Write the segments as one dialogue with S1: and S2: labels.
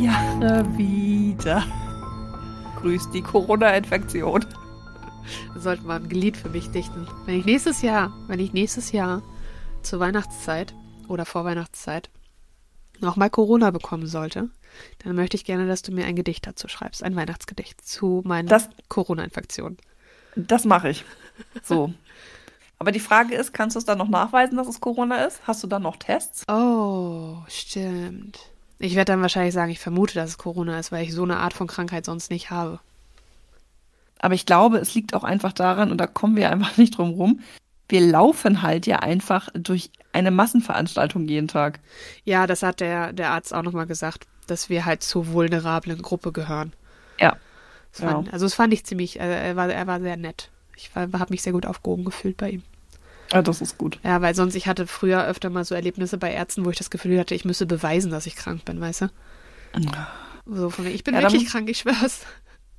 S1: Immer wieder. Grüßt die Corona-Infektion.
S2: Wir sollten mal ein Lied für mich dichten. Wenn ich nächstes Jahr, wenn ich nächstes Jahr zur Weihnachtszeit oder Vorweihnachtszeit nochmal Corona bekommen sollte, dann möchte ich gerne, dass du mir ein Gedicht dazu schreibst, ein Weihnachtsgedicht zu meinen
S1: Das-
S2: Corona-Infektionen.
S1: Das mache ich. So. Aber die Frage ist, kannst du es dann noch nachweisen, dass es Corona ist? Hast du dann noch Tests?
S2: Oh, stimmt. Ich werde dann wahrscheinlich sagen, ich vermute, dass es Corona ist, weil ich so eine Art von Krankheit sonst nicht habe.
S1: Aber ich glaube, es liegt auch einfach daran, und da kommen wir einfach nicht drum rum, wir laufen halt ja einfach durch eine Massenveranstaltung jeden Tag.
S2: Ja, das hat der, der Arzt auch nochmal gesagt, dass wir halt zur vulnerablen Gruppe gehören.
S1: Ja.
S2: Das fand, Also das fand ich ziemlich, äh, er, war, er war sehr nett. Ich habe mich sehr gut aufgehoben gefühlt bei ihm.
S1: ja, Ah, das ist gut.
S2: Ja, weil sonst, ich hatte früher öfter mal so Erlebnisse bei Ärzten, wo ich das Gefühl hatte, ich müsse beweisen, dass ich krank bin, weißt du? So von mir, ich bin
S1: Ja, da
S2: wirklich
S1: muss-
S2: krank, ich schwör's.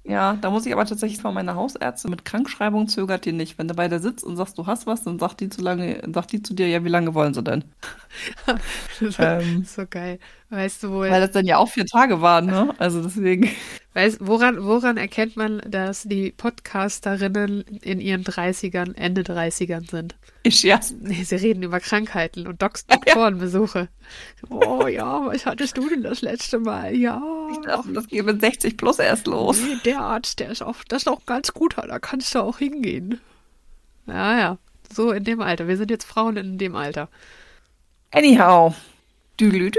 S1: Ja, da muss ich aber tatsächlich von meiner Hausärztin mit Krankschreibung zögert die nicht. Wenn du bei der sitzt und sagst, du hast was, dann sagt die zu lange, sagt die zu dir, ja, wie lange wollen sie denn? Ähm.
S2: so geil. Weißt du wohl,
S1: Weil das dann ja auch vier Tage waren, ne? Also deswegen.
S2: weißt, woran, woran erkennt man, dass die Podcasterinnen in ihren 30ern, Ende 30ern sind?
S1: Ich erst.
S2: Nee, sie reden über Krankheiten und Docs Doktorenbesuche. Oh ja, was hattest du denn das letzte Mal? Ja.
S1: Ich dachte, das geht mit 60 plus erst los.
S2: Nee, der Arzt, der ist auch, das ist auch ein ganz guter, da kannst du auch hingehen. Ja, ja. So in dem Alter. Wir sind jetzt Frauen in dem Alter.
S1: Anyhow. Düdelüdü.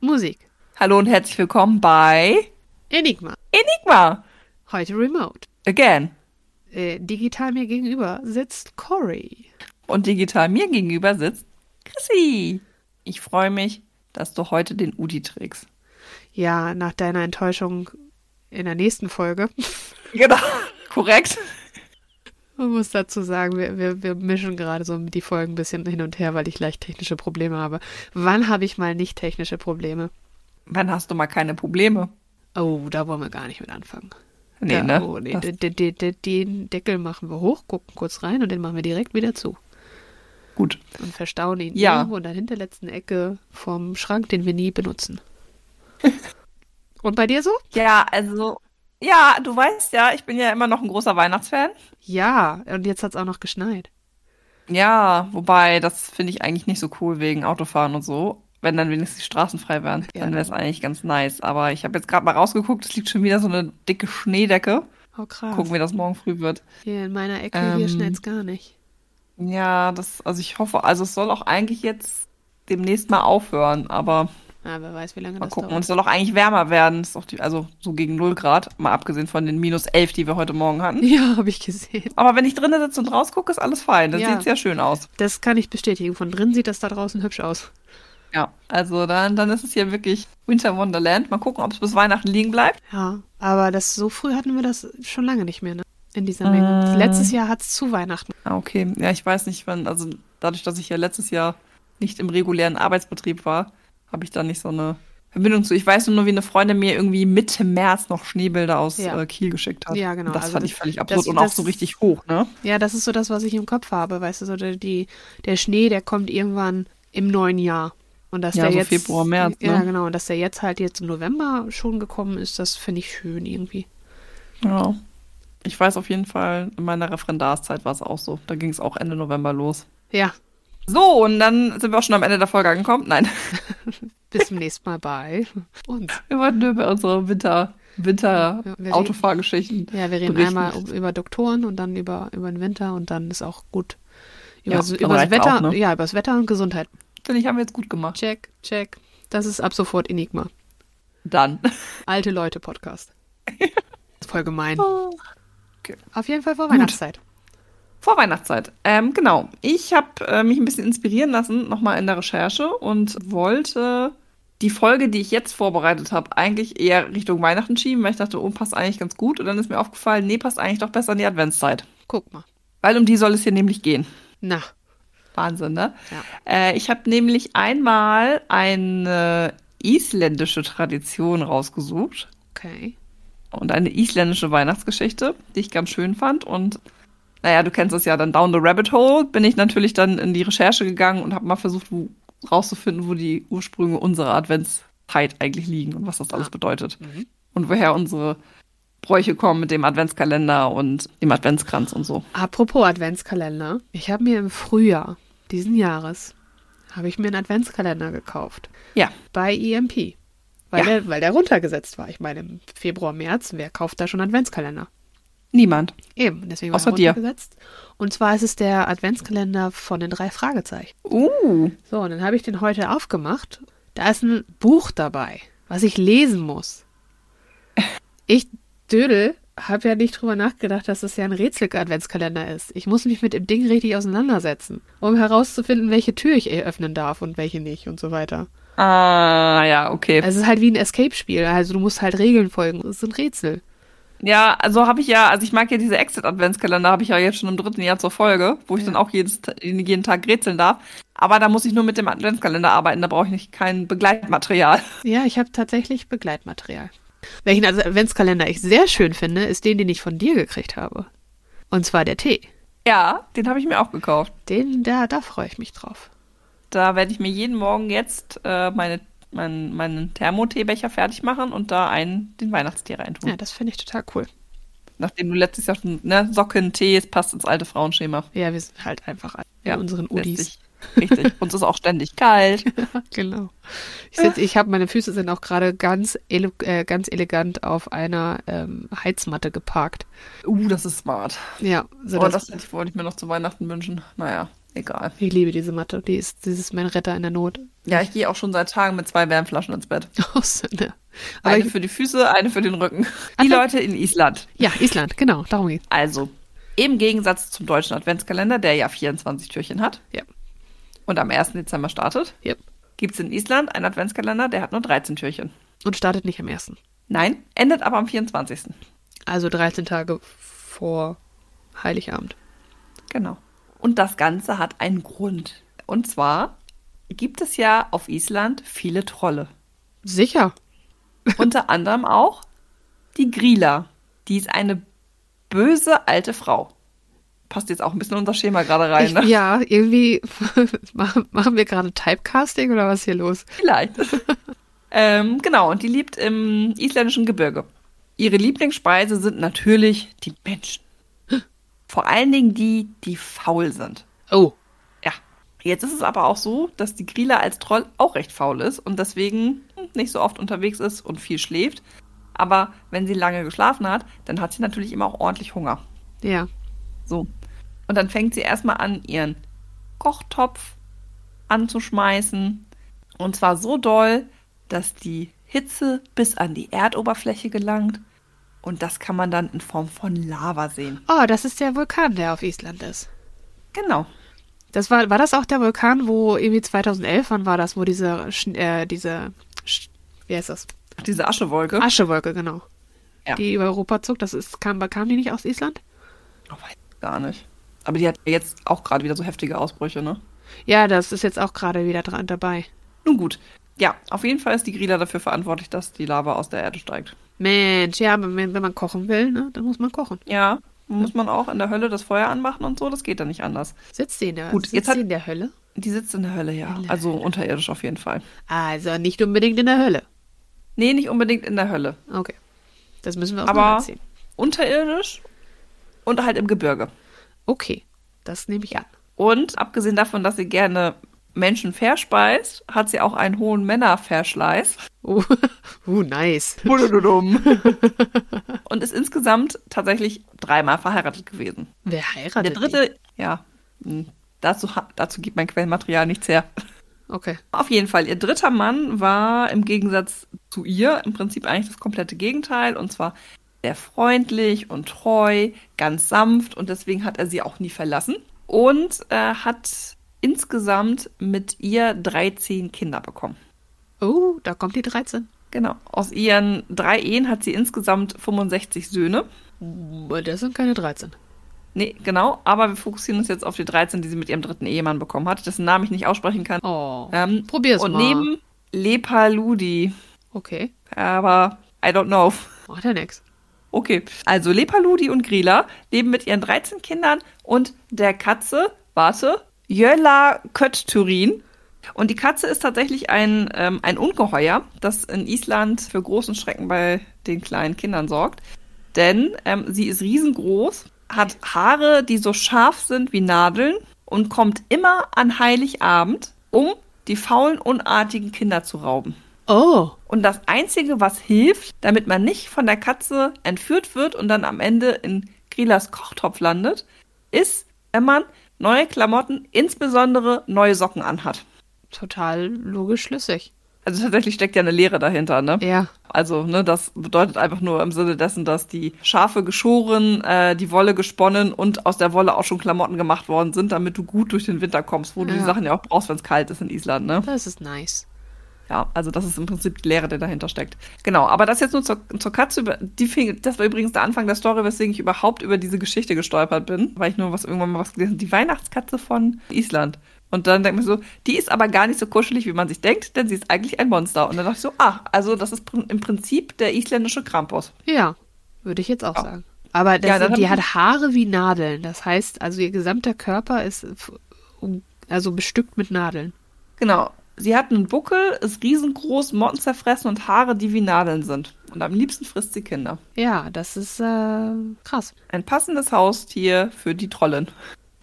S2: Musik.
S1: Hallo und herzlich willkommen bei
S2: Enigma.
S1: Enigma.
S2: Heute remote.
S1: Again.
S2: Äh, digital mir gegenüber sitzt Cory.
S1: Und digital mir gegenüber sitzt Chrissy. Ich freue mich, dass du heute den Udi trägst.
S2: Ja, nach deiner Enttäuschung in der nächsten Folge.
S1: Genau. Korrekt.
S2: Man muss dazu sagen, wir, wir, wir mischen gerade so die Folgen ein bisschen hin und her, weil ich leicht technische Probleme habe. Wann habe ich mal nicht technische Probleme?
S1: Wann hast du mal keine Probleme?
S2: Oh, da wollen wir gar nicht mit anfangen.
S1: Nee,
S2: da,
S1: ne?
S2: Oh, nee,
S1: Das-
S2: den, den, den, den Deckel machen wir hoch, gucken kurz rein und den machen wir direkt wieder zu.
S1: Gut.
S2: Und verstauen ihn
S1: Ja.
S2: irgendwo in der hinterletzten Ecke vom Schrank, den wir nie benutzen. und bei dir so?
S1: Ja, also, ja, du weißt ja, ich bin ja immer noch ein großer Weihnachtsfan.
S2: Ja, und jetzt hat es auch noch geschneit.
S1: Ja, wobei, das finde ich eigentlich nicht so cool wegen Autofahren und so. Wenn dann wenigstens die Straßen frei wären,
S2: Ja.
S1: dann wäre es eigentlich ganz nice. Aber ich habe jetzt gerade mal rausgeguckt, es liegt schon wieder so eine dicke Schneedecke.
S2: Oh, krass.
S1: Gucken, wie das morgen früh wird.
S2: Hier in meiner Ecke, hier
S1: Ähm.
S2: schneit es gar nicht.
S1: Ja, das, also ich hoffe, also es soll auch eigentlich jetzt demnächst mal aufhören, aber
S2: Ah, wer weiß, wie lange
S1: mal
S2: das
S1: gucken. Und
S2: dauert.
S1: es soll auch eigentlich wärmer werden. Ist auch die, also so gegen 0 Grad, mal abgesehen von den minus 11, die wir heute Morgen hatten.
S2: Ja, habe ich gesehen.
S1: Aber wenn ich drinnen sitze und rausgucke, ist alles fein. Dann
S2: Ja.
S1: sieht's ja schön aus.
S2: Das kann ich bestätigen. Von drin sieht das da draußen hübsch aus.
S1: Ja, also dann, dann ist es hier wirklich Winter Wonderland. Mal gucken, ob es bis Weihnachten liegen bleibt.
S2: Ja, aber das so früh hatten wir das schon lange nicht mehr, ne? In dieser Menge.
S1: Äh.
S2: Letztes Jahr hat es zu Weihnachten.
S1: Ah, okay. Ja, ich weiß nicht, wann, also dadurch, dass ich ja letztes Jahr nicht im regulären Arbeitsbetrieb war, habe ich da nicht so eine Verbindung zu. Ich weiß nur, wie eine Freundin mir irgendwie Mitte März noch Schneebilder aus
S2: Ja.
S1: äh, Kiel geschickt hat.
S2: Ja, genau.
S1: Das
S2: Also
S1: fand
S2: das-
S1: ich völlig absurd
S2: das-
S1: und auch
S2: das-
S1: so richtig hoch, ne?
S2: Ja, das ist so das, was ich im Kopf habe, weißt du, so der, die, der Schnee, der kommt irgendwann im neuen Jahr. Und dass
S1: Ja,
S2: der
S1: so
S2: jetzt.
S1: Februar, März, ne?
S2: Ja, genau. Und dass der jetzt halt jetzt im November schon gekommen ist, das finde ich schön irgendwie.
S1: Ja. Ich weiß auf jeden Fall, in meiner Referendarszeit war es auch so. Da ging es auch Ende November los.
S2: Ja,
S1: So, und dann sind wir auch schon am Ende der Folge angekommen. Nein.
S2: bis zum nächsten Mal bei uns.
S1: Wir wollten nur über unsere Winter, Winter
S2: Ja, wir
S1: Autofahrgeschichten.
S2: Ja, wir reden
S1: Berichten.
S2: einmal um, über Doktoren und dann über, über den Winter und dann ist auch gut. Über,
S1: Ja,
S2: so,
S1: dann
S2: über das
S1: reicht's
S2: Wetter,
S1: auch, ne?
S2: ja, über das Wetter und Gesundheit.
S1: Finde ich, haben wir jetzt gut gemacht.
S2: Check, check. Das ist ab sofort Enigma.
S1: Dann.
S2: Alte Leute Podcast. Voll gemein.
S1: Okay.
S2: Auf jeden Fall vor Weihnachtszeit.
S1: Vor Weihnachtszeit. Ähm, genau. Ich habe äh, mich ein bisschen inspirieren lassen, nochmal in der Recherche und wollte die Folge, die ich jetzt vorbereitet habe, eigentlich eher Richtung Weihnachten schieben, weil ich dachte, oh, passt eigentlich ganz gut. Und dann ist mir aufgefallen, nee, passt eigentlich doch besser in die Adventszeit.
S2: Guck mal.
S1: Weil um die soll es hier nämlich gehen.
S2: Na,
S1: Wahnsinn, ne?
S2: Ja.
S1: Äh, ich habe nämlich einmal eine isländische Tradition rausgesucht.
S2: okay.
S1: und eine isländische Weihnachtsgeschichte, die ich ganz schön fand. Und naja, du kennst es ja, dann Down the Rabbit Hole bin ich natürlich dann in die Recherche gegangen und habe mal versucht, wo, rauszufinden, wo die Ursprünge unserer Adventszeit Zeit eigentlich liegen und was das alles bedeutet.
S2: Mhm.
S1: Und woher unsere Bräuche kommen mit dem Adventskalender und dem Adventskranz und so.
S2: Apropos Adventskalender. Ich habe mir im Frühjahr diesen Jahres, habe ich mir einen Adventskalender gekauft.
S1: Ja,
S2: Bei EMP. Weil,
S1: Ja.
S2: der, weil der runtergesetzt war. Ich meine, im Februar, März, wer kauft da schon Adventskalender?
S1: niemand.
S2: Eben, deswegen war
S1: Außer
S2: er
S1: dir.
S2: runtergesetzt. Und zwar ist es der Adventskalender von den drei Fragezeichen.
S1: Uh,
S2: So, und dann habe ich den heute aufgemacht. Da ist ein Buch dabei, was ich lesen muss. Ich, Dödel, habe ja nicht drüber nachgedacht, dass es ja ein Rätsel-Adventskalender ist. Ich muss mich mit dem Ding richtig auseinandersetzen, um herauszufinden, welche Tür ich eh öffnen darf und welche nicht und so weiter.
S1: ah, ja, okay.
S2: Also es ist halt wie ein Escape-Spiel. Also du musst halt Regeln folgen. Es ist ein Rätsel.
S1: Ja, also habe ich ja, also ich mag ja diese Exit-Adventskalender, habe ich ja jetzt schon im dritten Jahr zur Folge, wo ich
S2: Ja.
S1: dann auch jedes, jeden Tag rätseln darf. Aber da muss ich nur mit dem Adventskalender arbeiten, da brauche ich nicht kein Begleitmaterial.
S2: Ja, ich habe tatsächlich Begleitmaterial. Welchen also Adventskalender ich sehr schön finde, ist den, den ich von dir gekriegt habe. Und zwar der Tee.
S1: Ja, den habe ich mir auch gekauft.
S2: Den, da, da freue ich mich drauf.
S1: Da werde ich mir jeden Morgen jetzt äh, meine, mein, meinen Thermoteebecher fertig machen und da einen, den Weihnachtstee reintun.
S2: Ja, das finde ich total cool.
S1: Nachdem du letztes Jahr schon, ne, Socken, Tee, es passt ins alte Frauenschema.
S2: Ja, wir sind halt einfach an
S1: Ja,
S2: in unseren Udis.
S1: Letztlich. Richtig. Uns ist auch ständig kalt.
S2: genau. Ich, sitz, ich habe meine Füße sind auch gerade ganz, ele äh, ganz elegant auf einer ähm, Heizmatte geparkt.
S1: Uh, das ist smart.
S2: Ja, Oh, so
S1: Aber
S2: dass-
S1: Oh, das hätte ich, wollte ich mir noch zu Weihnachten wünschen. Naja, egal.
S2: ich liebe diese Matte. Die ist, das ist mein Retter in der Not.
S1: Ja, ich gehe auch schon seit Tagen mit zwei Wärmflaschen ins Bett.
S2: Oh, Sünde. Aber
S1: Eine
S2: ich,
S1: für die Füße, eine für den Rücken. Die
S2: Advent-
S1: Leute in Island.
S2: ja, Island, genau, darum geht's.
S1: Also, im Gegensatz zum deutschen Adventskalender, der ja 24 Türchen hat
S2: Ja.
S1: und am 1. Dezember startet,
S2: ja.
S1: gibt es in Island einen Adventskalender, der hat nur 13 Türchen.
S2: Und startet nicht am ersten.
S1: Nein, endet aber am 24.
S2: Also 13 Tage vor Heiligabend.
S1: Genau. Und das Ganze hat einen Grund. Und zwar gibt es ja auf Island viele Trolle.
S2: Sicher.
S1: Unter anderem auch die Grila. Die ist eine böse alte Frau. Passt jetzt auch ein bisschen in unser Schema gerade rein,
S2: Ich,
S1: ne?
S2: ja, irgendwie machen machen wir gerade Typecasting oder was ist hier los?
S1: Vielleicht. ähm, genau, und die lebt im isländischen Gebirge. Ihre Lieblingsspeise sind natürlich die Menschen. Vor allen Dingen die, die faul sind.
S2: Oh.
S1: Ja. Jetzt ist es aber auch so, dass die Grila als Troll auch recht faul ist und deswegen nicht so oft unterwegs ist und viel schläft. Aber wenn sie lange geschlafen hat, dann hat sie natürlich immer auch ordentlich Hunger.
S2: Ja.
S1: So. Und dann fängt sie erstmal an, ihren Kochtopf anzuschmeißen. Und zwar so doll, dass die Hitze bis an die Erdoberfläche gelangt. Und das kann man dann in Form von Lava sehen.
S2: Oh, das ist der Vulkan, der auf Island ist.
S1: Genau.
S2: Das war, war das auch der Vulkan, wo irgendwie 2011, wann war das, wo diese, Schn- äh, diese, Sch- wie heißt das?
S1: Diese Aschewolke.
S2: Aschewolke, genau.
S1: Hm? Ja.
S2: Die über Europa zog, das ist, kam, kam die nicht aus Island?
S1: Oh, weiß ich gar nicht. Aber die hat ja jetzt auch gerade wieder so heftige Ausbrüche, ne?
S2: Ja, das ist jetzt auch gerade wieder dran dabei.
S1: Nun gut. Ja, auf jeden Fall ist die Grilla dafür verantwortlich, dass die Lava aus der Erde steigt.
S2: Mensch, ja, aber wenn, wenn man kochen will, ne, dann muss man kochen.
S1: Ja, muss man auch in der Hölle das Feuer anmachen und so, das geht dann nicht anders.
S2: Sitzt die in der,
S1: Gut,
S2: sitzt
S1: jetzt hat-
S2: die in der Hölle?
S1: Die sitzt in der Hölle, ja.
S2: In der
S1: Also unterirdisch auf jeden Fall.
S2: Also nicht unbedingt in der Hölle.
S1: Nee, nicht unbedingt in der Hölle.
S2: Okay. Das müssen wir
S1: Aber
S2: auseinanderziehen.
S1: unterirdisch und halt im Gebirge.
S2: Okay, das nehme ich an.
S1: Und abgesehen davon, dass sie gerne Menschen verspeist, hat sie auch einen hohen Männerverschleiß.
S2: Oh, uh, nice.
S1: Budududum. und ist insgesamt tatsächlich dreimal verheiratet gewesen.
S2: Wer
S1: Der
S2: heiratet?
S1: dritte, ja, mh, dazu, ha- dazu gibt mein Quellenmaterial nichts her.
S2: die? Okay.
S1: Auf jeden Fall, ihr dritter Mann war im Gegensatz zu ihr im Prinzip eigentlich das komplette Gegenteil und zwar sehr freundlich und treu, ganz sanft und deswegen hat er sie auch nie verlassen und äh, hat insgesamt mit ihr 13 Kinder bekommen.
S2: Oh, da kommt die 13.
S1: Genau. Aus ihren drei Ehen hat sie insgesamt 65 Söhne.
S2: Oh, Das sind keine 13.
S1: Nee, genau, aber wir fokussieren uns jetzt auf die 13, die sie mit ihrem dritten Ehemann bekommen hat, dessen Namen ich nicht aussprechen kann.
S2: Oh.
S1: Ähm,
S2: Probier's
S1: und
S2: mal.
S1: neben Lepaludi,
S2: Okay.
S1: aber I don't know.
S2: Macht ja nix.
S1: Okay, also Lepaludi und Grila leben mit ihren 13 Kindern und der Katze, warte, Jöla Kötturin Und die Katze ist tatsächlich ein, ähm, ein Ungeheuer, das in Island für großen Schrecken bei den kleinen Kindern sorgt. Denn ähm, sie ist riesengroß, hat Haare, die so scharf sind wie Nadeln und kommt immer an Heiligabend, um die faulen, unartigen Kinder zu rauben.
S2: Oh.
S1: Und das Einzige, was hilft, damit man nicht von der Katze entführt wird und dann am Ende in Grilas Kochtopf landet, ist, wenn man neue Klamotten, insbesondere neue Socken anhat.
S2: Total logisch schlüssig.
S1: Also tatsächlich steckt ja eine Lehre dahinter, ne?
S2: Ja.
S1: Also, ne, das bedeutet einfach nur im Sinne dessen, dass die Schafe geschoren, äh, die Wolle gesponnen und aus der Wolle auch schon Klamotten gemacht worden sind, damit du gut durch den Winter kommst, wo du
S2: Ja.
S1: die Sachen ja auch brauchst, wenn es kalt ist in Island, ne?
S2: Das ist nice.
S1: Ja, also das ist im Prinzip die Lehre, die dahinter steckt. Genau, aber das jetzt nur zur, zur Katze. über- Die fing, das war übrigens der Anfang der Story, weswegen ich überhaupt über diese Geschichte gestolpert bin, weil ich nur was irgendwann mal was gelesen habe. Die Weihnachtskatze von Island. Und dann denke ich mir so, die ist aber gar nicht so kuschelig, wie man sich denkt, denn sie ist eigentlich ein Monster. Und dann dachte ich so, ah, also das ist prin- im Prinzip der isländische Krampus.
S2: Ja, würde ich jetzt auch
S1: Ja.
S2: sagen. Aber das,
S1: Ja, dann
S2: die
S1: hab
S2: hat Haare wie Nadeln. Das heißt, also ihr gesamter Körper ist f- um- also bestückt mit Nadeln.
S1: Genau. Sie hat einen Buckel, ist riesengroß, Motten zerfressen und Haare, die wie Nadeln sind. Und am liebsten frisst sie Kinder.
S2: Ja, das ist äh, krass.
S1: Ein passendes Haustier für die Trollen.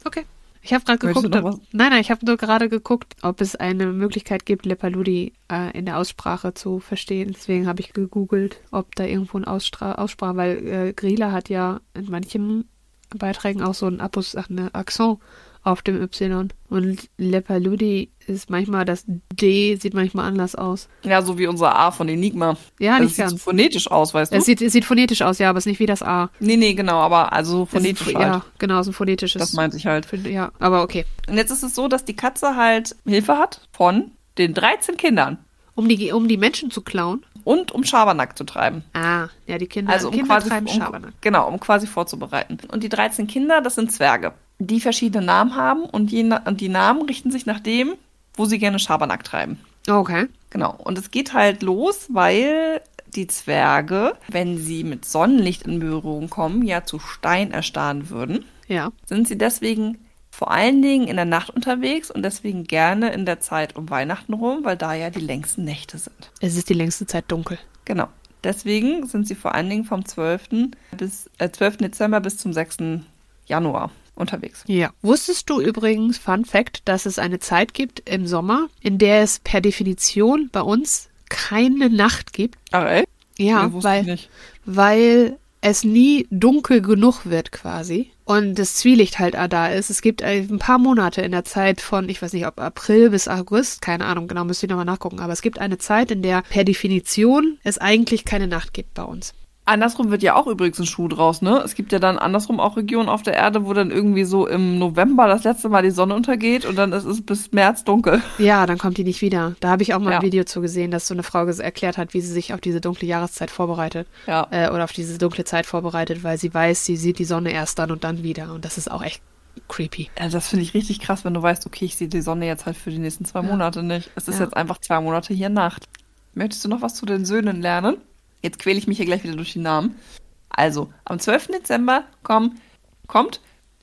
S2: Okay. Ich habe gerade
S1: Möchtest du
S2: geguckt.
S1: noch
S2: Ob, nein, nein, ich habe nur gerade geguckt, ob es eine Möglichkeit gibt, Lepaludi äh, in der Aussprache zu verstehen. Deswegen habe ich gegoogelt, ob da irgendwo ein Ausstra Aussprache, weil äh, Grila hat ja in manchen Beiträgen auch so einen Abus, ach, eine Akzent auf dem Y. Und Lepaludi ist manchmal das D sieht manchmal anders aus.
S1: Ja, so wie unser A von Enigma.
S2: Ja,
S1: Also
S2: nicht
S1: es sieht so
S2: ganz.
S1: phonetisch aus, weißt du?
S2: Es sieht, es sieht phonetisch aus, ja, aber es ist nicht wie das A.
S1: nee, nee, genau, aber also
S2: es
S1: phonetisch
S2: ist,
S1: halt.
S2: Ja, genau, so ein phonetisches.
S1: Das meinte ich halt.
S2: ja, aber okay.
S1: Und jetzt ist es so, dass die Katze halt Hilfe hat von den 13 Kindern
S2: Um die, um die Menschen zu klauen.
S1: und um Schabernack zu treiben.
S2: Ah, ja, die Kinder,
S1: Also um
S2: Kinder
S1: quasi
S2: treiben
S1: um,
S2: Schabernack.
S1: genau, um quasi vorzubereiten. Und die 13 Kinder, das sind Zwerge, die verschiedene Namen haben und, je, na- und die Namen richten sich nach dem, wo sie gerne Schabernack treiben.
S2: Okay.
S1: Genau. Und es geht halt los, weil die Zwerge, wenn sie mit Sonnenlicht in Berührung kommen, ja zu Stein erstarren würden.
S2: Ja.
S1: Sind sie deswegen vor allen Dingen in der Nacht unterwegs und deswegen gerne in der Zeit um Weihnachten rum, weil da ja die längsten Nächte sind.
S2: Es ist die längste Zeit dunkel.
S1: Genau. Deswegen sind sie vor allen Dingen vom 12. bis äh, 12. Dezember bis zum 6. Januar unterwegs.
S2: Ja. Wusstest du übrigens, Fun Fact, dass es eine Zeit gibt im Sommer, in der es per Definition bei uns keine Nacht gibt?
S1: Ach, ey?
S2: Ja,
S1: Nee, wusste ich
S2: weil,
S1: nicht.
S2: weil es nie dunkel genug wird quasi. Und das Zwielicht halt da ist. Es gibt ein paar Monate in der Zeit von, ich weiß nicht, ob April bis August, keine Ahnung, genau, müsste ich nochmal nachgucken. Aber es gibt eine Zeit, in der per Definition es eigentlich keine Nacht gibt bei uns.
S1: Andersrum wird ja auch übrigens ein Schuh draus, ne? Es gibt ja dann andersrum auch Regionen auf der Erde, wo dann irgendwie so im November das letzte Mal die Sonne untergeht und dann ist es bis März dunkel.
S2: Ja, dann kommt die nicht wieder. Da habe ich auch mal
S1: Ja.
S2: ein Video zu gesehen, dass so eine Frau ges- erklärt hat, wie sie sich auf diese dunkle Jahreszeit vorbereitet.
S1: Ja.
S2: Äh, oder auf diese dunkle Zeit vorbereitet, weil sie weiß, sie sieht die Sonne erst dann und dann wieder. Und das ist auch echt creepy.
S1: Also das finde ich richtig krass, wenn du weißt, okay, ich sehe die Sonne jetzt halt für die nächsten zwei Monate nicht. Es ist
S2: Ja.
S1: jetzt einfach zwei Monate hier Nacht. Möchtest du noch was zu den Söhnen lernen? Jetzt quäle ich mich hier gleich wieder durch die Namen. Also, am 12. Dezember komm, kommt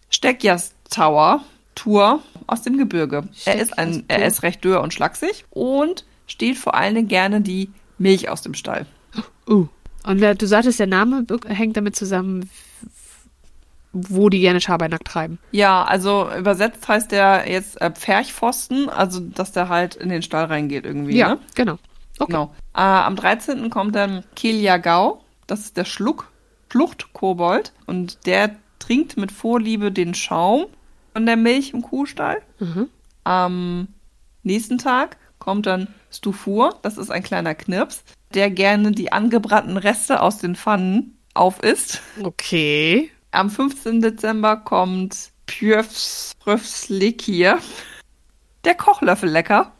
S1: Stekjas Tower Tour aus dem Gebirge. er ist ein,
S2: Steckjas-Tour.
S1: er ist recht dürr und schlaksig und steht vor allen Dingen gerne die Milch aus dem Stall.
S2: Uh. Und äh, du sagtest, der Name be- hängt damit zusammen, wo die gerne Schabernack treiben.
S1: Ja, also übersetzt heißt der jetzt äh, Pferchpfosten, also dass der halt in den Stall reingeht irgendwie.
S2: ja,
S1: ne?
S2: genau. Okay.
S1: Genau. Äh, am 13. kommt dann Keliagau. Das ist der Schluck, Schluchtkobold. Und der trinkt mit Vorliebe den Schaum von der Milch im Kuhstall.
S2: Mhm.
S1: Am nächsten Tag kommt dann Stufur. Das ist ein kleiner Knirps, der gerne die angebrannten Reste aus den Pfannen aufisst.
S2: Okay.
S1: Am 15. Dezember kommt Pjöfslikir, der Kochlöffel lecker,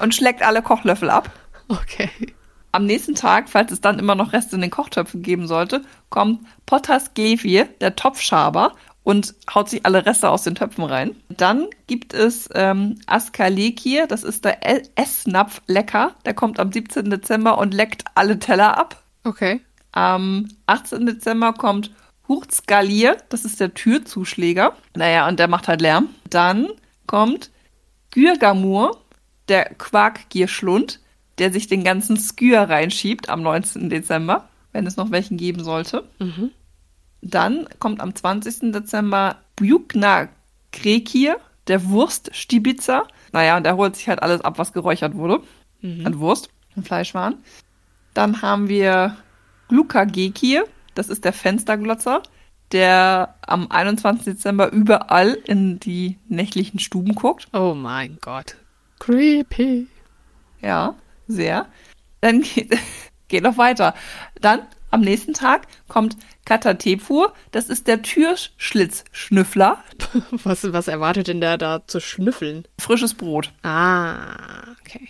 S1: und schlägt alle Kochlöffel ab.
S2: Okay.
S1: Am nächsten Tag, falls es dann immer noch Reste in den Kochtöpfen geben sollte, kommt Potas Gevier, der Topfschaber, und haut sich alle Reste aus den Töpfen rein. Dann gibt es ähm, Askalekir, das ist der El- Essnapf lecker. Der kommt am 17. Dezember und leckt alle Teller ab.
S2: Okay.
S1: Am 18. Dezember kommt Hurzgalier, das ist der Türzuschläger. Naja, und der macht halt Lärm. Dann kommt Skürgamur, der Quarkgierschlund, der sich den ganzen Skür reinschiebt am 19. Dezember, wenn es noch welchen geben sollte.
S2: Mhm.
S1: Dann kommt am 20. Dezember Bjugna Krekir, der Wurststibitzer. Naja, und der holt sich halt alles ab, was geräuchert wurde. An Wurst und Fleischwaren. Dann haben wir Glukagekir, das ist der Fensterglotzer, der am 21. Dezember überall in die nächtlichen Stuben guckt.
S2: Oh mein Gott. Creepy.
S1: Ja, sehr. Dann geht, geht noch weiter. Dann am nächsten Tag kommt Katatepur, das ist der Türschlitzschnüffler,
S2: Was, was erwartet denn der da zu schnüffeln?
S1: frisches Brot.
S2: Ah, okay.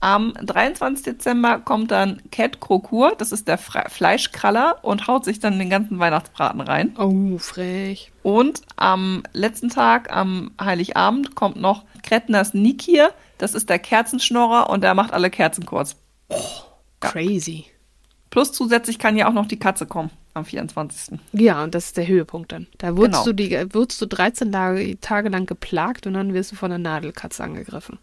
S1: Am 23. Dezember kommt dann Cat Krokur, das ist der Fre Fleischkraller und haut sich dann den ganzen Weihnachtsbraten rein.
S2: Oh, frech.
S1: Und am letzten Tag, am Heiligabend, kommt noch Kretners Nikir, das ist der Kerzenschnorrer und der macht alle Kerzen kurz.
S2: Crazy.
S1: Plus zusätzlich kann ja auch noch die Katze kommen am 24.
S2: Ja, und das ist der Höhepunkt dann. Da
S1: Genau.
S2: wurdest, du, die, wurdest du 13 Tage, Tage lang geplagt und dann wirst du von einer Nadelkatze angegriffen.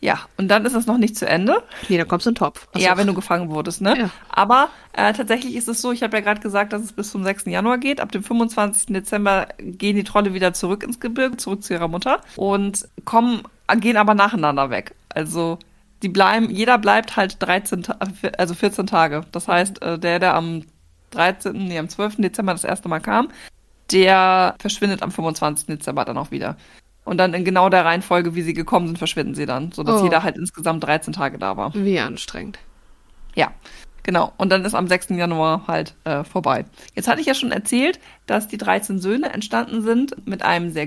S1: Ja, und dann ist es noch nicht zu Ende.
S2: Nee, dann kommst du in den Topf. Ach so.
S1: Ja, wenn du gefangen wurdest, ne?
S2: Ja.
S1: Aber äh, tatsächlich ist es so, ich habe ja gerade gesagt, dass es bis zum 6. Januar geht. Ab dem 25. Dezember gehen die Trolle wieder zurück ins Gebirge, zurück zu ihrer Mutter und kommen, gehen aber nacheinander weg. Also die bleiben, jeder bleibt halt 13, Ta- also 14 Tage. Das heißt, äh, der, der am 13., nee, am 12. Dezember das erste Mal kam, der verschwindet am 25. Dezember dann auch wieder. Und dann in genau der Reihenfolge, wie sie gekommen sind, verschwinden sie dann, sodass
S2: Oh.
S1: jeder halt insgesamt 13 Tage da war.
S2: Wie anstrengend.
S1: Ja, genau. Und dann ist am 6. Januar halt äh, vorbei. Jetzt hatte ich ja schon erzählt, dass die 13 Söhne entstanden sind mit einem sehr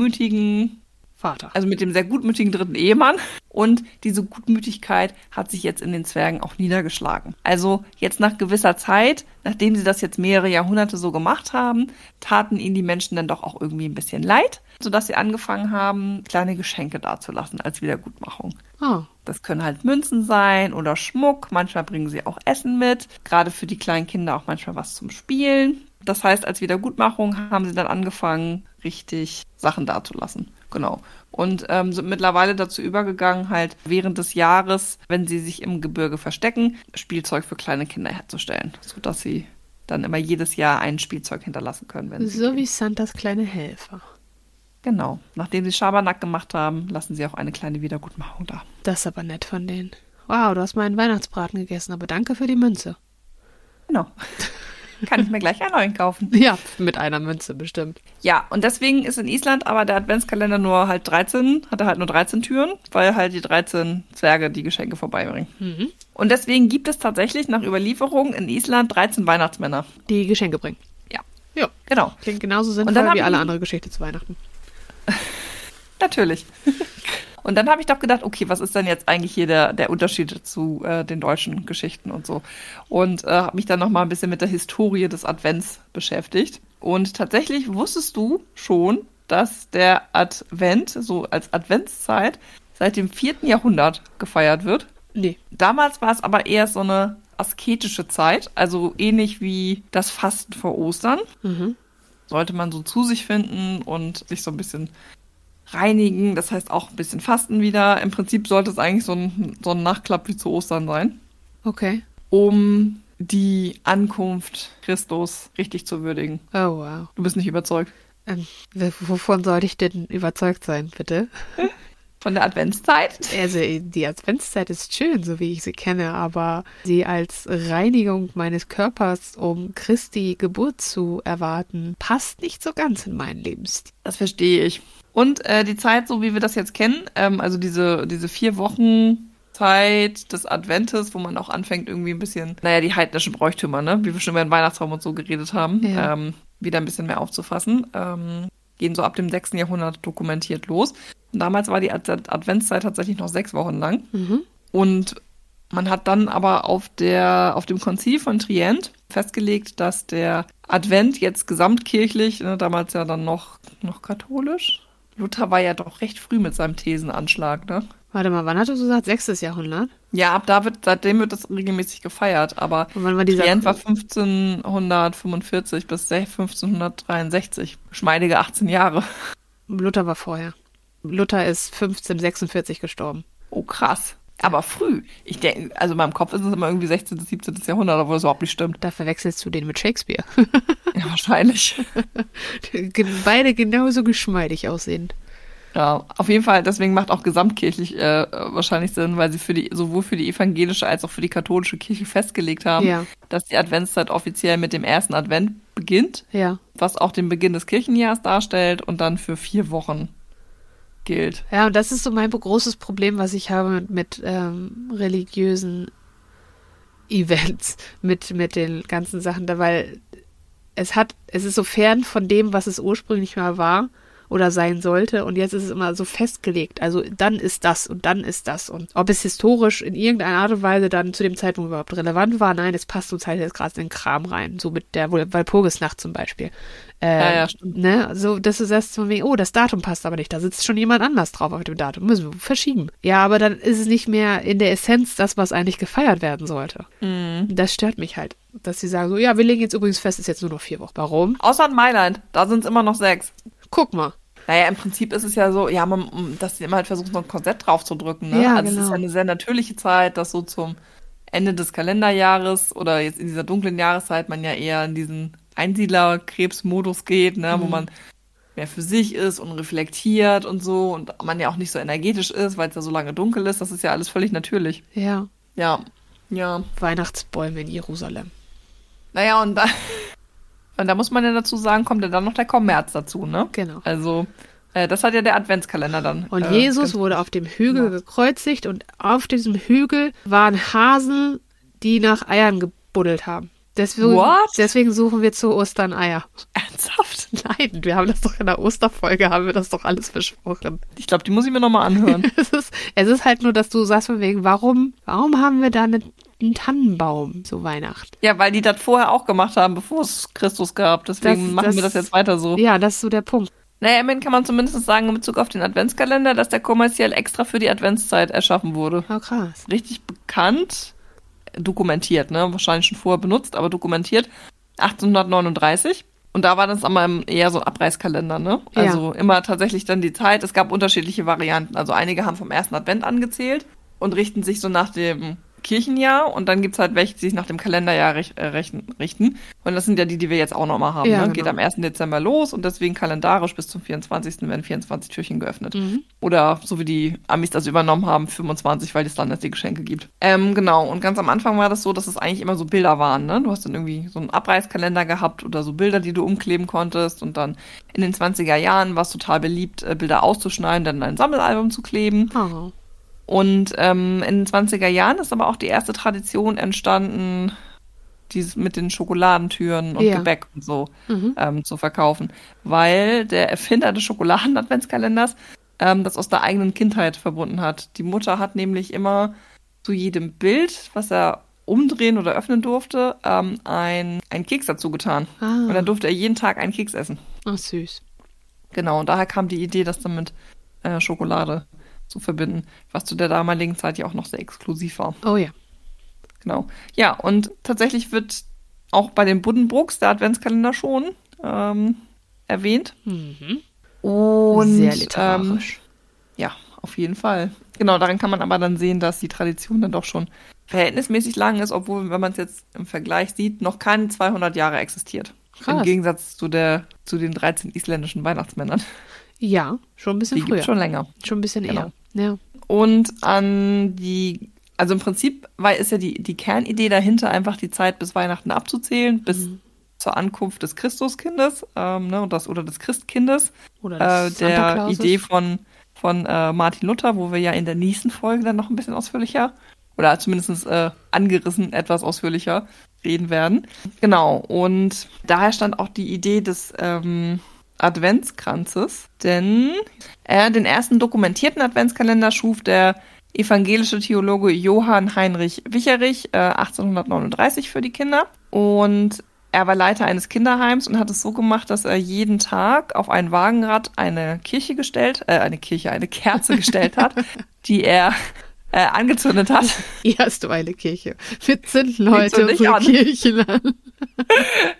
S1: gutmütigen,
S2: Vater.
S1: also mit dem sehr gutmütigen dritten Ehemann. Und diese Gutmütigkeit hat sich jetzt in den Zwergen auch niedergeschlagen. Also jetzt nach gewisser Zeit, nachdem sie das jetzt mehrere Jahrhunderte so gemacht haben, taten ihnen die Menschen dann doch auch irgendwie ein bisschen leid, sodass sie angefangen haben, kleine Geschenke dazulassen als Wiedergutmachung.
S2: Oh,
S1: Das können halt Münzen sein oder Schmuck. Manchmal bringen sie auch Essen mit. Gerade für die kleinen Kinder auch manchmal was zum Spielen. Das heißt, als Wiedergutmachung haben sie dann angefangen, richtig Sachen dazulassen. Genau. Und ähm, sind mittlerweile dazu übergegangen, halt während des Jahres, wenn sie sich im Gebirge verstecken, Spielzeug für kleine Kinder herzustellen, sodass sie dann immer jedes Jahr ein Spielzeug hinterlassen können. Wenn sie
S2: so
S1: gehen.
S2: wie Santas kleine Helfer.
S1: genau. Nachdem sie Schabernack gemacht haben, lassen sie auch eine kleine Wiedergutmachung da.
S2: Das ist aber nett von denen. Wow, du hast meinen Weihnachtsbraten gegessen, aber danke für die Münze.
S1: Genau. Kann ich mir gleich einen neuen kaufen.
S2: Ja, mit einer Münze bestimmt.
S1: Ja, und deswegen ist in Island aber der Adventskalender nur halt 13, hat er halt nur 13 Türen, weil halt die 13 Zwerge die Geschenke vorbeibringen. Und deswegen gibt es tatsächlich nach Überlieferung in Island 13 Weihnachtsmänner.
S2: Die Geschenke bringen.
S1: Ja,
S2: Ja,
S1: genau,
S2: klingt genauso
S1: dann
S2: sinnvoll
S1: haben
S2: wie alle
S1: die-
S2: andere Geschichte zu Weihnachten.
S1: natürlich. Und dann habe ich doch gedacht, okay, was ist denn jetzt eigentlich hier der, der Unterschied zu äh, den deutschen Geschichten und so? Und äh, habe mich dann nochmal ein bisschen mit der Historie des Advents beschäftigt. Und tatsächlich wusstest du schon, dass der Advent, so als Adventszeit, seit dem 4. Jahrhundert gefeiert wird.
S2: Nee.
S1: Damals war es aber eher so eine asketische Zeit, also ähnlich wie das Fasten vor Ostern.
S2: Mhm.
S1: Sollte man so zu sich finden und sich so ein bisschen reinigen, das heißt auch ein bisschen Fasten wieder. Im Prinzip sollte es eigentlich so ein, so ein Nachklapp wie zu Ostern sein,
S2: Okay.
S1: um die Ankunft Christus richtig zu würdigen.
S2: Oh, wow.
S1: Du bist nicht überzeugt.
S2: Ähm, w- wovon sollte ich denn überzeugt sein, bitte?
S1: Von der Adventszeit?
S2: Also, die Adventszeit ist schön, so wie ich sie kenne, aber sie als Reinigung meines Körpers, um Christi Geburt zu erwarten, passt nicht so ganz in meinen Lebensstil.
S1: Das verstehe ich. Und äh, die Zeit, so wie wir das jetzt kennen, ähm, also diese, diese vier Wochen Zeit des Adventes, wo man auch anfängt, irgendwie ein bisschen, naja, die heidnischen Bräuchtümer, ne? wie wir schon über den Weihnachtsraum und so geredet haben,
S2: Ja.
S1: ähm, wieder ein bisschen mehr aufzufassen, ähm, gehen so ab dem 6. Jahrhundert dokumentiert los. Und damals war die Ad Adventszeit tatsächlich noch sechs Wochen lang. Und man hat dann aber auf, der, auf dem Konzil von Trient festgelegt, dass der Advent jetzt gesamtkirchlich, ne, damals ja dann noch, noch katholisch, Luther war ja doch recht früh mit seinem Thesenanschlag, ne?
S2: Warte mal, wann hattest du gesagt? Sechstes Jahrhundert?
S1: Ja, ab da wird, seitdem wird das regelmäßig gefeiert, aber
S2: Und wann war dieser-
S1: Trient war 1545 bis 1563, schmeidige 18 Jahre.
S2: Luther war vorher. Luther ist 1546 gestorben.
S1: Oh, krass. Aber früh. Ich denke, also in meinem Kopf ist es immer irgendwie 16. bis 17. Jahrhundert, obwohl das überhaupt nicht stimmt.
S2: Da verwechselst du den mit Shakespeare.
S1: Ja, wahrscheinlich.
S2: Beide genauso geschmeidig aussehend.
S1: Ja, auf jeden Fall, deswegen macht auch gesamtkirchlich äh, wahrscheinlich Sinn, weil sie für die, sowohl für die evangelische als auch für die katholische Kirche festgelegt haben,
S2: Ja.
S1: dass die Adventszeit offiziell mit dem ersten Advent beginnt,
S2: Ja.
S1: was auch den Beginn des Kirchenjahres darstellt und dann für vier Wochen gilt.
S2: Ja, und das ist so mein großes Problem, was ich habe mit, mit ähm, religiösen Events, mit, mit den ganzen Sachen da, weil es hat, es ist so fern von dem, was es ursprünglich mal war oder sein sollte und jetzt ist es immer so festgelegt. Also dann ist das und dann ist das und ob es historisch in irgendeiner Art und Weise dann zu dem Zeitpunkt überhaupt relevant war, nein, es passt uns halt jetzt gerade in den Kram rein, so mit der Wal- Walpurgisnacht zum Beispiel. Äh,
S1: Ja, ja, stimmt.
S2: Ne? So, dass du sagst von wegen, oh, das Datum passt aber nicht, da sitzt schon jemand anders drauf auf dem Datum, müssen wir verschieben. Ja, aber dann ist es nicht mehr in der Essenz das, was eigentlich gefeiert werden sollte. Das stört mich halt, dass sie sagen so, ja, wir legen jetzt übrigens fest, ist jetzt nur noch vier Wochen. Warum?
S1: Außer in Mailand, da sind es immer noch sechs.
S2: Guck mal.
S1: Naja, im Prinzip ist es ja so, ja, man, dass sie immer halt versuchen, so ein Korsett draufzudrücken. Ne?
S2: Ja,
S1: also es
S2: genau.
S1: ist ja eine sehr natürliche Zeit, dass so zum Ende des Kalenderjahres oder jetzt in dieser dunklen Jahreszeit man ja eher in diesen Einsiedlerkrebsmodus geht, ne? wo
S2: Mhm.
S1: man mehr für sich ist und reflektiert und so und man ja auch nicht so energetisch ist, weil es ja so lange dunkel ist. Das ist ja alles völlig natürlich.
S2: Ja,
S1: Ja, ja.
S2: Weihnachtsbäume in Jerusalem.
S1: Naja, und da, und da muss man ja dazu sagen, kommt ja dann noch der Kommerz dazu, ne?
S2: Genau. Oh
S1: Also, äh, das hat ja der Adventskalender dann.
S2: Und
S1: äh,
S2: Jesus wurde auf dem Hügel gekreuzigt und auf diesem Hügel waren Hasen, die nach Eiern gebuddelt haben. Deswegen,
S1: What?
S2: deswegen suchen wir zu Ostern Eier.
S1: Ernsthaft?
S2: Nein, wir haben das doch in der Osterfolge, haben wir das doch alles besprochen.
S1: Ich glaube, die muss ich mir nochmal anhören.
S2: Es ist, es ist halt nur, dass du sagst von wegen, warum, warum haben wir da eine, einen Tannenbaum zu Weihnachten?
S1: ja, weil die das vorher auch gemacht haben, bevor es Christus gab. Deswegen
S2: Das-
S1: machen wir
S2: das-
S1: das jetzt weiter so.
S2: Ja, das ist so der Punkt.
S1: Naja, immerhin kann man zumindest sagen in Bezug auf den Adventskalender, dass der kommerziell extra für die Adventszeit erschaffen wurde.
S2: Oh, krass.
S1: Richtig bekannt, dokumentiert, ne? Wahrscheinlich schon vorher benutzt, aber dokumentiert. 1839. Und da war das aber im- eher so ein Abreißkalender, ne?
S2: Ja.
S1: Also immer tatsächlich dann die Zeit. Es gab unterschiedliche Varianten. Also einige haben vom ersten Advent angezählt und richten sich so nach dem Kirchenjahr. Und dann gibt's halt welche, die sich nach dem Kalenderjahr rech äh, rechnen, richten. Und das sind ja die, die wir jetzt auch nochmal haben. ne?
S2: Ja, genau.
S1: Geht am 1. Dezember los und deswegen kalendarisch bis zum 24. werden 24 Türchen geöffnet.
S2: Mhm.
S1: Oder so wie die Amis das übernommen haben, 25, weil es dann erst die Geschenke gibt. Ähm, genau, und ganz am Anfang war das so, dass es eigentlich immer so Bilder waren. Ne? Du hast dann irgendwie so einen Abreißkalender gehabt oder so Bilder, die du umkleben konntest. Und dann in den 20er Jahren war es total beliebt, äh, Bilder auszuschneiden, dann in ein Sammelalbum zu kleben.
S2: Oh.
S1: Und ähm, in den 20er Jahren ist aber auch die erste Tradition entstanden, dieses mit den Schokoladentüren und
S2: Ja.
S1: Gebäck und so
S2: Mhm.
S1: ähm, zu verkaufen. Weil der Erfinder des Schokoladen-Adventskalenders ähm, das aus der eigenen Kindheit verbunden hat. Die Mutter hat nämlich immer zu jedem Bild, was er umdrehen oder öffnen durfte, ähm, ein, einen Keks dazu getan.
S2: Ah.
S1: Und dann durfte er jeden Tag einen Keks essen.
S2: Ach, süß.
S1: Genau, und daher kam die Idee, das dann mit äh, Schokolade zu verbinden, was zu der damaligen Zeit ja auch noch sehr exklusiv war.
S2: Oh ja.
S1: Genau. Ja, und tatsächlich wird auch bei den Buddenbrooks der Adventskalender schon ähm, erwähnt.
S2: Mhm.
S1: Und
S2: Sehr
S1: Ähm,
S2: literarisch.
S1: ja, auf jeden Fall. Genau, daran kann man aber dann sehen, dass die Tradition dann doch schon verhältnismäßig lang ist, obwohl, wenn man es jetzt im Vergleich sieht, noch keine 200 Jahre existiert.
S2: Krass.
S1: Im Gegensatz zu, der, zu den 13 isländischen Weihnachtsmännern.
S2: ja, schon ein bisschen
S1: Die
S2: früher.
S1: gibt
S2: Schon,
S1: schon länger.
S2: ein bisschen
S1: Genau.
S2: eher. Ja.
S1: und an die, also im Prinzip war, ist ja die, die Kernidee dahinter, einfach die Zeit bis Weihnachten abzuzählen, bis zur Ankunft des Christuskindes ähm, ne, und das, oder des Christkindes,
S2: Oder
S1: äh,
S2: das Santa
S1: der
S2: Clauses.
S1: Idee von, von äh, Martin Luther, wo wir ja in der nächsten Folge dann noch ein bisschen ausführlicher oder zumindest äh, angerissen etwas ausführlicher reden werden. Genau, und daher stand auch die Idee des ähm, Adventskranzes, denn äh, den ersten dokumentierten Adventskalender schuf der evangelische Theologe Johann Heinrich Wicherich äh, 1839 für die Kinder und er war Leiter eines Kinderheims und hat es so gemacht, dass er jeden Tag auf ein Wagenrad eine Kirche gestellt, äh, eine Kirche, eine Kerze gestellt hat, die er äh, angezündet hat.
S2: Hier hast du eine Kirche. Wir zünden heute
S1: zünd ich
S2: unsere
S1: an.
S2: Kirchen an.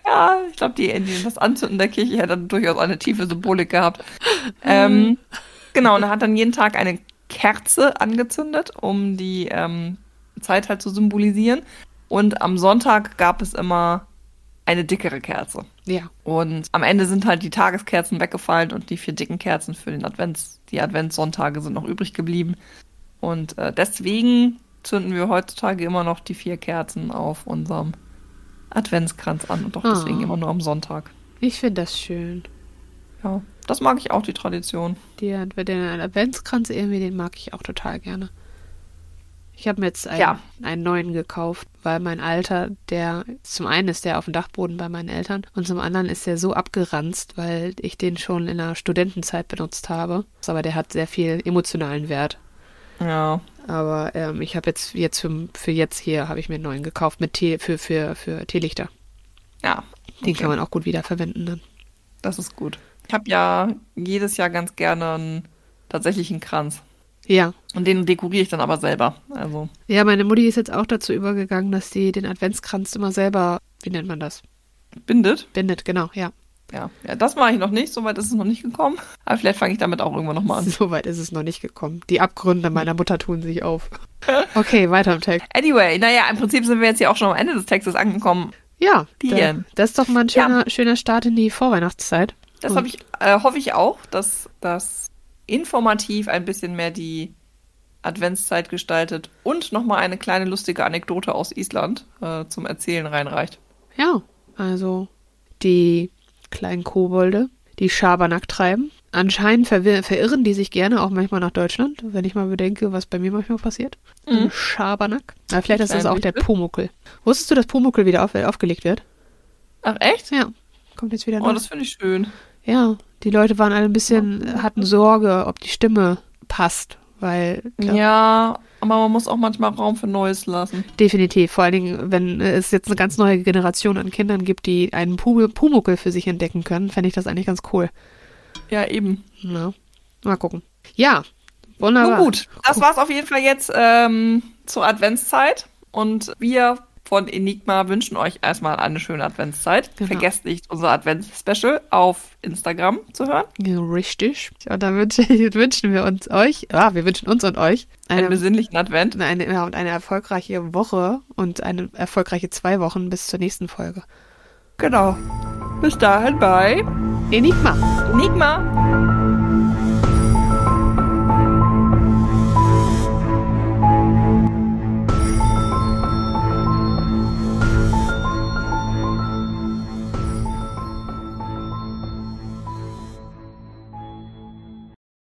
S1: Ja, ich glaube, die, die, das Anzünden der Kirche hätte dann durchaus eine tiefe Symbolik gehabt. Ähm, Genau, und er hat dann jeden Tag eine Kerze angezündet, um die ähm, Zeit halt zu symbolisieren. Und am Sonntag gab es immer eine dickere Kerze.
S2: Ja.
S1: Und am Ende sind halt die Tageskerzen weggefallen und die vier dicken Kerzen für den Advents, die Adventssonntage sind noch übrig geblieben. Und äh, deswegen zünden wir heutzutage immer noch die vier Kerzen auf unserem Adventskranz an und auch
S2: Ah.
S1: deswegen immer nur am Sonntag.
S2: Ich finde das schön.
S1: Ja, das mag ich auch, die Tradition.
S2: Die, Adv- den Adventskranz irgendwie, den mag ich auch total gerne. Ich habe mir jetzt einen,
S1: Ja.
S2: einen neuen gekauft, weil mein alter, der zum einen ist der auf dem Dachboden bei meinen Eltern und zum anderen ist der so abgeranzt, weil ich den schon in der Studentenzeit benutzt habe. Aber der hat sehr viel emotionalen Wert.
S1: Ja,
S2: Aber ähm, ich habe jetzt jetzt für, für jetzt hier habe ich mir einen neuen gekauft mit Tee, für für für Teelichter.
S1: ja.
S2: Den kann man auch gut wiederverwenden dann.
S1: Das ist gut. Ich habe ja jedes Jahr ganz gerne einen tatsächlichen Kranz.
S2: Ja,
S1: Und den dekoriere ich dann aber selber. Also,
S2: ja, meine Mutti ist jetzt auch dazu übergegangen, dass sie den Adventskranz immer selber, wie nennt man das?
S1: bindet.
S2: Bindet, genau, ja.
S1: Ja, ja das mache ich noch nicht. Soweit ist es noch nicht gekommen. Aber vielleicht fange ich damit auch irgendwann nochmal an.
S2: So weit ist es noch nicht gekommen. Die
S1: Hm.
S2: Abgründe meiner Mutter tun sich auf. Okay, weiter im Text.
S1: Anyway, naja, im Prinzip sind wir jetzt hier auch schon am Ende des Textes angekommen.
S2: Ja,
S1: Die ähm,
S2: da-
S1: hier.
S2: das ist doch mal ein schöner, schöner Start in die Vorweihnachtszeit.
S1: Das
S2: Gut.
S1: hab ich, äh, hoffe ich auch, dass das informativ ein bisschen mehr die Adventszeit gestaltet und nochmal eine kleine lustige Anekdote aus Island äh, zum Erzählen reinreicht.
S2: Ja, also die kleinen Kobolde, die Schabernack treiben. Anscheinend verwir- verirren die sich gerne auch manchmal nach Deutschland, wenn ich mal bedenke, was bei mir manchmal passiert.
S1: Mhm.
S2: Schabernack. Aber vielleicht ist das
S1: Kleinen
S2: auch der
S1: Wichtel.
S2: Pumuckel. Wusstest du, dass Pumuckel wieder auf, aufgelegt wird?
S1: Ach echt?
S2: Ja, kommt jetzt wieder
S1: Oh,
S2: neu.
S1: das finde ich schön.
S2: Ja, die Leute waren alle ein bisschen, hatten Sorge, ob die Stimme passt, weil
S1: Ja.
S2: klar,
S1: aber man muss auch manchmal Raum für Neues lassen.
S2: definitiv, vor allen Dingen, wenn es jetzt eine ganz neue Generation an Kindern gibt, die einen Pum Pumuckel für sich entdecken können, fände ich das eigentlich ganz cool.
S1: Ja, eben.
S2: Na, Ne? mal gucken. Ja,
S1: Nun
S2: wunderbar.
S1: gut, das war's auf jeden Fall jetzt ähm, zur Adventszeit. Und wir von Enigma wünschen euch erstmal eine schöne Adventszeit.
S2: Genau.
S1: Vergesst nicht, unser Advents-Special auf Instagram zu hören.
S2: Ja, Richtig. Und dann wünsche, wünschen wir uns euch, ja, wir wünschen uns und euch
S1: Einen
S2: eine,
S1: besinnlichen Advent.
S2: eine, ja, und eine erfolgreiche Woche und eine erfolgreiche zwei Wochen bis zur nächsten Folge.
S1: Genau. Bis dahin bei
S2: Enigma.
S1: Enigma.